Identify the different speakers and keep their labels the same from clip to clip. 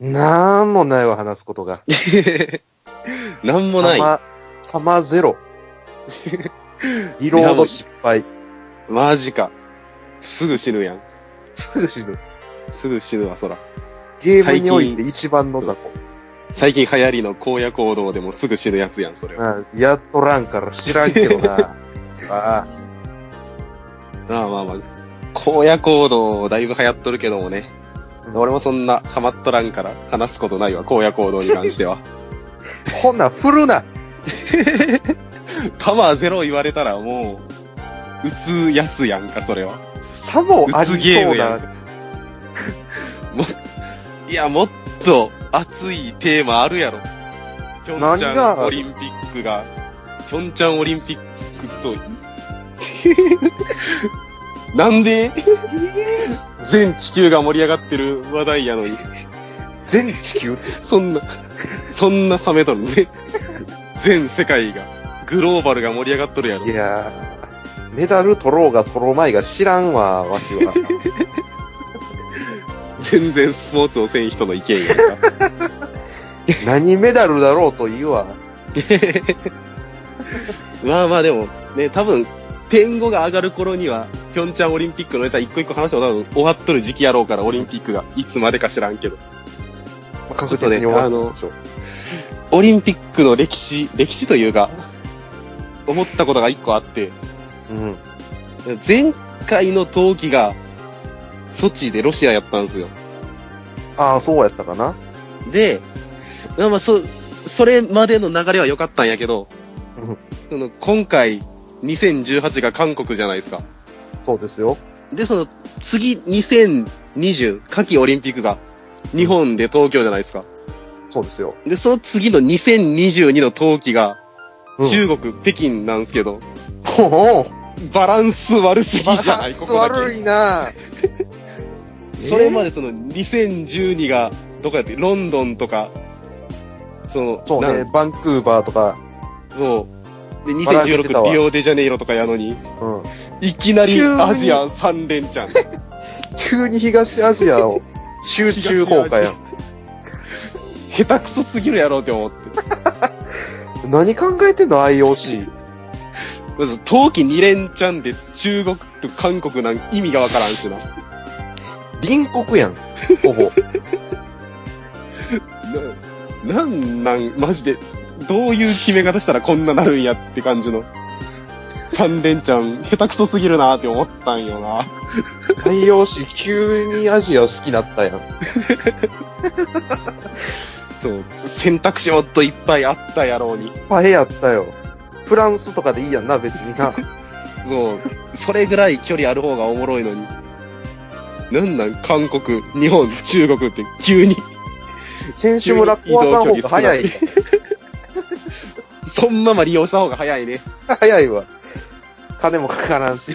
Speaker 1: なんもないわ、話すことが。
Speaker 2: なんもない。
Speaker 1: 弾、弾ゼ ロ。リロード失敗。
Speaker 2: マジか。すぐ死ぬやん。
Speaker 1: すぐ死ぬ。
Speaker 2: すぐ死ぬわ、そら。
Speaker 1: ゲームにおいて一番の雑魚。
Speaker 2: 最近流行りの荒野行動でもすぐ死ぬやつやん、それは。
Speaker 1: うんやっとらんから知らんけどな。 ああ、
Speaker 2: まあまあまあ。荒野行動、だいぶ流行っとるけどもね。
Speaker 1: うん
Speaker 2: 俺もそんなハマっとらんから話すことないわ、荒野行動に関 しては。
Speaker 1: こんなん振るな。
Speaker 2: パワーゼロ言われたらもう、打つやつやんか、それは。
Speaker 1: さもあ
Speaker 2: 打つ
Speaker 1: り
Speaker 2: ゲー
Speaker 1: そう
Speaker 2: ムや。
Speaker 1: なん
Speaker 2: も、いや、もっと熱いテーマあるやろ。ピョンチ
Speaker 1: 何があ
Speaker 2: ャ
Speaker 1: る
Speaker 2: ンオリンピックが、ピョンチャンオリンピック と、なんで全地球が盛り上がってる話題やのに、
Speaker 1: 全地球
Speaker 2: そんな、そんな冷めとるね。全世界が、グローバルが盛り上がっとるやろ
Speaker 1: い。やー、メダル取ろうが取ろうまいが知らんわ、わし は。
Speaker 2: 全然スポーツをせん人の意見やんか。
Speaker 1: 何メダルだろうと言うわ。
Speaker 2: まあまあでも、ね、多分、点5が上がる頃には、ピョンチャンオリンピックのネタ一個一個話しても多分終わっとる時期やろうから、オリンピックが。いつまでか知らんけど。
Speaker 1: まあ確実に終わるでしょう。
Speaker 2: オリンピックの歴史、歴史というか、思ったことが一個あって、
Speaker 1: うん。
Speaker 2: 前回の冬季が、ソチでロシアやったんですよ。
Speaker 1: ああ、そうやったかな。
Speaker 2: で、まあまあ、そ、それまでの流れは良かったんやけど
Speaker 1: うん、
Speaker 2: その今回、2018が韓国じゃないですか。
Speaker 1: そうですよ。
Speaker 2: で、その、次、2020、夏季オリンピックが、日本で東京じゃないですか。
Speaker 1: そうですよ。
Speaker 2: で、その次の2022の冬季が、
Speaker 1: うん
Speaker 2: 中国、北京なんですけど、
Speaker 1: ほう
Speaker 2: バランス悪すぎ
Speaker 1: バ
Speaker 2: じゃな
Speaker 1: ラ
Speaker 2: い
Speaker 1: ン
Speaker 2: こ
Speaker 1: ス
Speaker 2: こだ
Speaker 1: 悪
Speaker 2: け。
Speaker 1: いな
Speaker 2: それま
Speaker 1: で。
Speaker 2: でその、2012が、どこやって、ロンドンとか、その、
Speaker 1: そう
Speaker 2: なん
Speaker 1: ね、バンクーバーとか。
Speaker 2: そう。で、
Speaker 1: バランス出てたわ
Speaker 2: 2016リオデジャネイロとかやのに、
Speaker 1: うん。
Speaker 2: いきなり
Speaker 1: 急に
Speaker 2: アジア3連チャン。
Speaker 1: 急に東アジアを集中砲火やん。
Speaker 2: 下手くそすぎるやろって思って。
Speaker 1: 何考えてんの ?IOC。
Speaker 2: まず、冬季2連チャンで中国と韓国なんか意味がわからんしな。な
Speaker 1: 隣国やん。ほ ぼ。
Speaker 2: なんなん、マジで。どういう決め方したらこんななるんやって感じの。3連チャン、下手くそすぎるなって思ったんよな。
Speaker 1: IOC 急にアジア好きなったやん。
Speaker 2: そう。選択肢もっといっぱいあったやろうに。
Speaker 1: パエやったよ。フランスとかでいいやんな、別に な。
Speaker 2: そう。それぐらい距離ある方がおもろいのに。なんなん、韓国、日本、中国って急に。
Speaker 1: 選手村コアさん方が早い。
Speaker 2: そんまま利用した方が早いね。
Speaker 1: 早いわ。金もかからんし。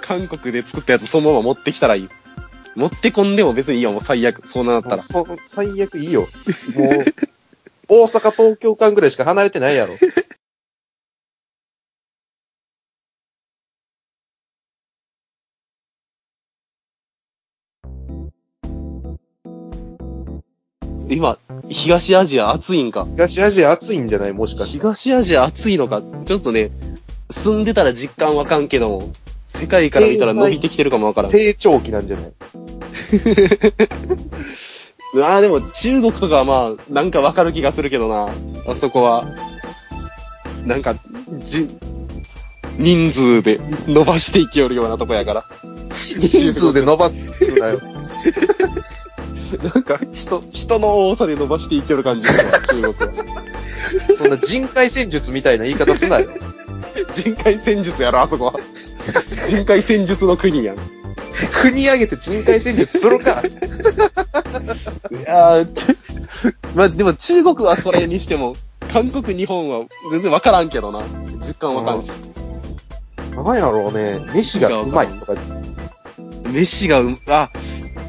Speaker 2: 韓国で作ったやつそのまま持ってきたらいい。持ってこんでも別にいいよ、もう最悪。そうなったら。
Speaker 1: そ最悪いいよ。もう、大阪、東京間ぐらいしか離れてないやろ。
Speaker 2: 今、東アジア暑いんか。
Speaker 1: 東アジア暑いんじゃないもしかして。
Speaker 2: 東アジア暑いのか。ちょっとね、住んでたら実感わかんけども、世界から見たら伸びてきてるかもわからん。
Speaker 1: 成長期なんじゃない
Speaker 2: ああ、でも中国とかはまあ、なんかわかる気がするけどな。あそこは、なんか、じ、人数で伸ばしていきよるようなとこやから。
Speaker 1: 人数で伸ばすってなよ。
Speaker 2: なんか、人、人の多さで伸ばしていける感じだわ中国は。
Speaker 1: そんな人海戦術みたいな言い方すなよ。
Speaker 2: 人海戦術やろ、あそこ は。人海戦術の国やん。い
Speaker 1: 国上げて人海戦術する か。
Speaker 2: やーちまあでも中国はそれにしても、韓国、日本は全然わからんけどな。実感わかんし。
Speaker 1: なんやろうね。飯がうまいとか。
Speaker 2: 飯がうま、あ、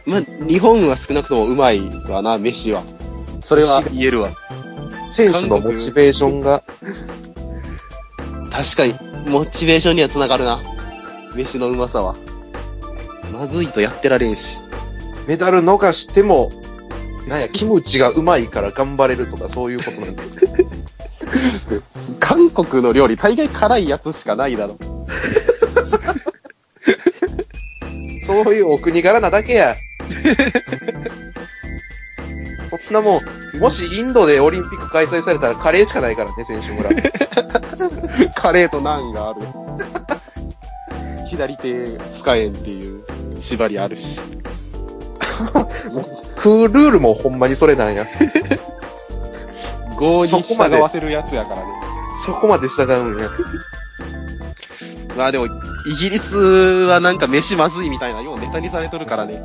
Speaker 2: まあ日本は少なくともうまいわな、飯は。それは
Speaker 1: 飯が
Speaker 2: 言えるわ。
Speaker 1: 選手のモチベーションが。
Speaker 2: 確かに、モチベーションにはつながるな。飯のうまさは。まずいとやってられんし。
Speaker 1: メダル逃しても、なんや、キムチがうまいから頑張れるとか、そういうこと なんだ。
Speaker 2: 韓国の料理、大概辛いやつしかないだろ。
Speaker 1: そういうお国柄なだけや。そんなもん、もしインドでオリンピック開催されたらカレーしかないからね、選手村。
Speaker 2: カレーとナンがある。 左手使えんっていう縛りあるし。
Speaker 1: クールールもほんまにそれなんや。
Speaker 2: 合に
Speaker 1: そこま
Speaker 2: 従
Speaker 1: で
Speaker 2: わせるやつやからね。
Speaker 1: そこまで従うんや。
Speaker 2: まあでも、イギリスはなんか飯まずいみたいな、ようネタにされとるからね。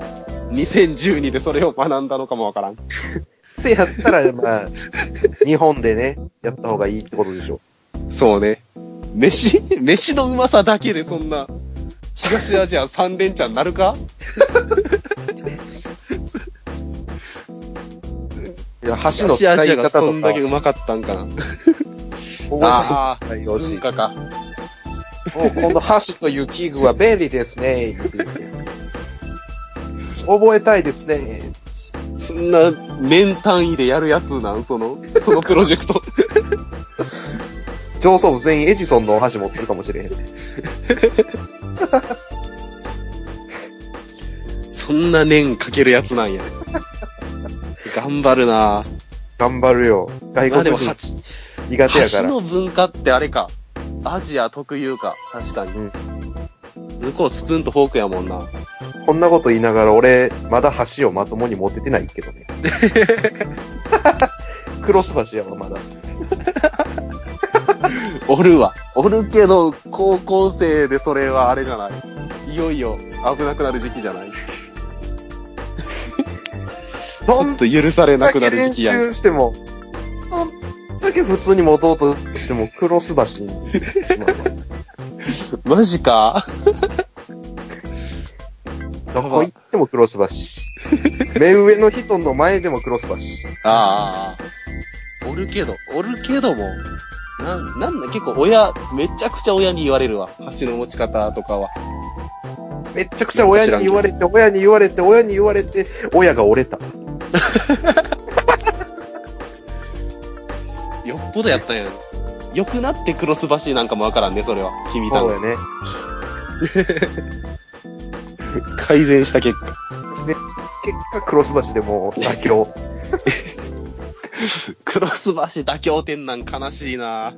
Speaker 2: 2012でそれを学んだのかもわからん。
Speaker 1: せやったら、まあ、日本でね、やった方がいいってことでしょ。
Speaker 2: そうね。飯飯のうまさだけでそんな、東アジア3連チャンなるか
Speaker 1: いや、箸の
Speaker 2: 東
Speaker 1: 使
Speaker 2: アジ
Speaker 1: い
Speaker 2: ア
Speaker 1: 方と
Speaker 2: が
Speaker 1: か、
Speaker 2: そんだけうまかったん かな。
Speaker 1: 覚
Speaker 2: ああ、
Speaker 1: えてほしい
Speaker 2: 文。化か。
Speaker 1: もうこの箸という器具は便利ですね。覚えたいですね。
Speaker 2: そんな、年単位でやるやつなんその、そのプロジェクト。
Speaker 1: 上層部全員エジソンのお箸持ってるかもしれへん。
Speaker 2: そんな年かけるやつなんや。頑張るな
Speaker 1: 頑張るよ。外
Speaker 2: まあ
Speaker 1: 国
Speaker 2: でも、
Speaker 1: 人
Speaker 2: 八
Speaker 1: 苦手やか
Speaker 2: 橋
Speaker 1: ら。
Speaker 2: の文化ってあれか。アジア特有か。確かに。
Speaker 1: うん
Speaker 2: 向こうスプーンとフォークやもんな。
Speaker 1: こんなこと言いながら俺、まだ箸をまともに持ててないけ どね。クロス橋やわ、まだ。
Speaker 2: おるわ。おるけど、高校生でそれはあれじゃない。いよいよ危なくなる時期じゃない。ち
Speaker 1: ど
Speaker 2: ょ
Speaker 1: ん
Speaker 2: っと許されな
Speaker 1: だ
Speaker 2: く
Speaker 1: け
Speaker 2: なる時
Speaker 1: 練
Speaker 2: 期やん。
Speaker 1: 習しても、どんだけ普通に持とうとしても、クロス橋に行ってしまうわ。
Speaker 2: マジか。
Speaker 1: どこ行ってもクロス橋。目上の人の前でもクロス橋。
Speaker 2: ああ。おるけど、おるけども。なん、なんだ、結構親、めちゃくちゃ親に言われるわ。橋の持ち方とかは。
Speaker 1: めっちゃくちゃ親に言われて、親に言われて、親に言われて、親が折れた。
Speaker 2: よっぽどやったんやね。良くなってクロス橋なんかもわからんね、それは。君た
Speaker 1: そう
Speaker 2: が
Speaker 1: やね。
Speaker 2: 改善した結果。
Speaker 1: ぜ結果、クロス橋でもう妥協。
Speaker 2: クロス橋妥協点なん悲しいな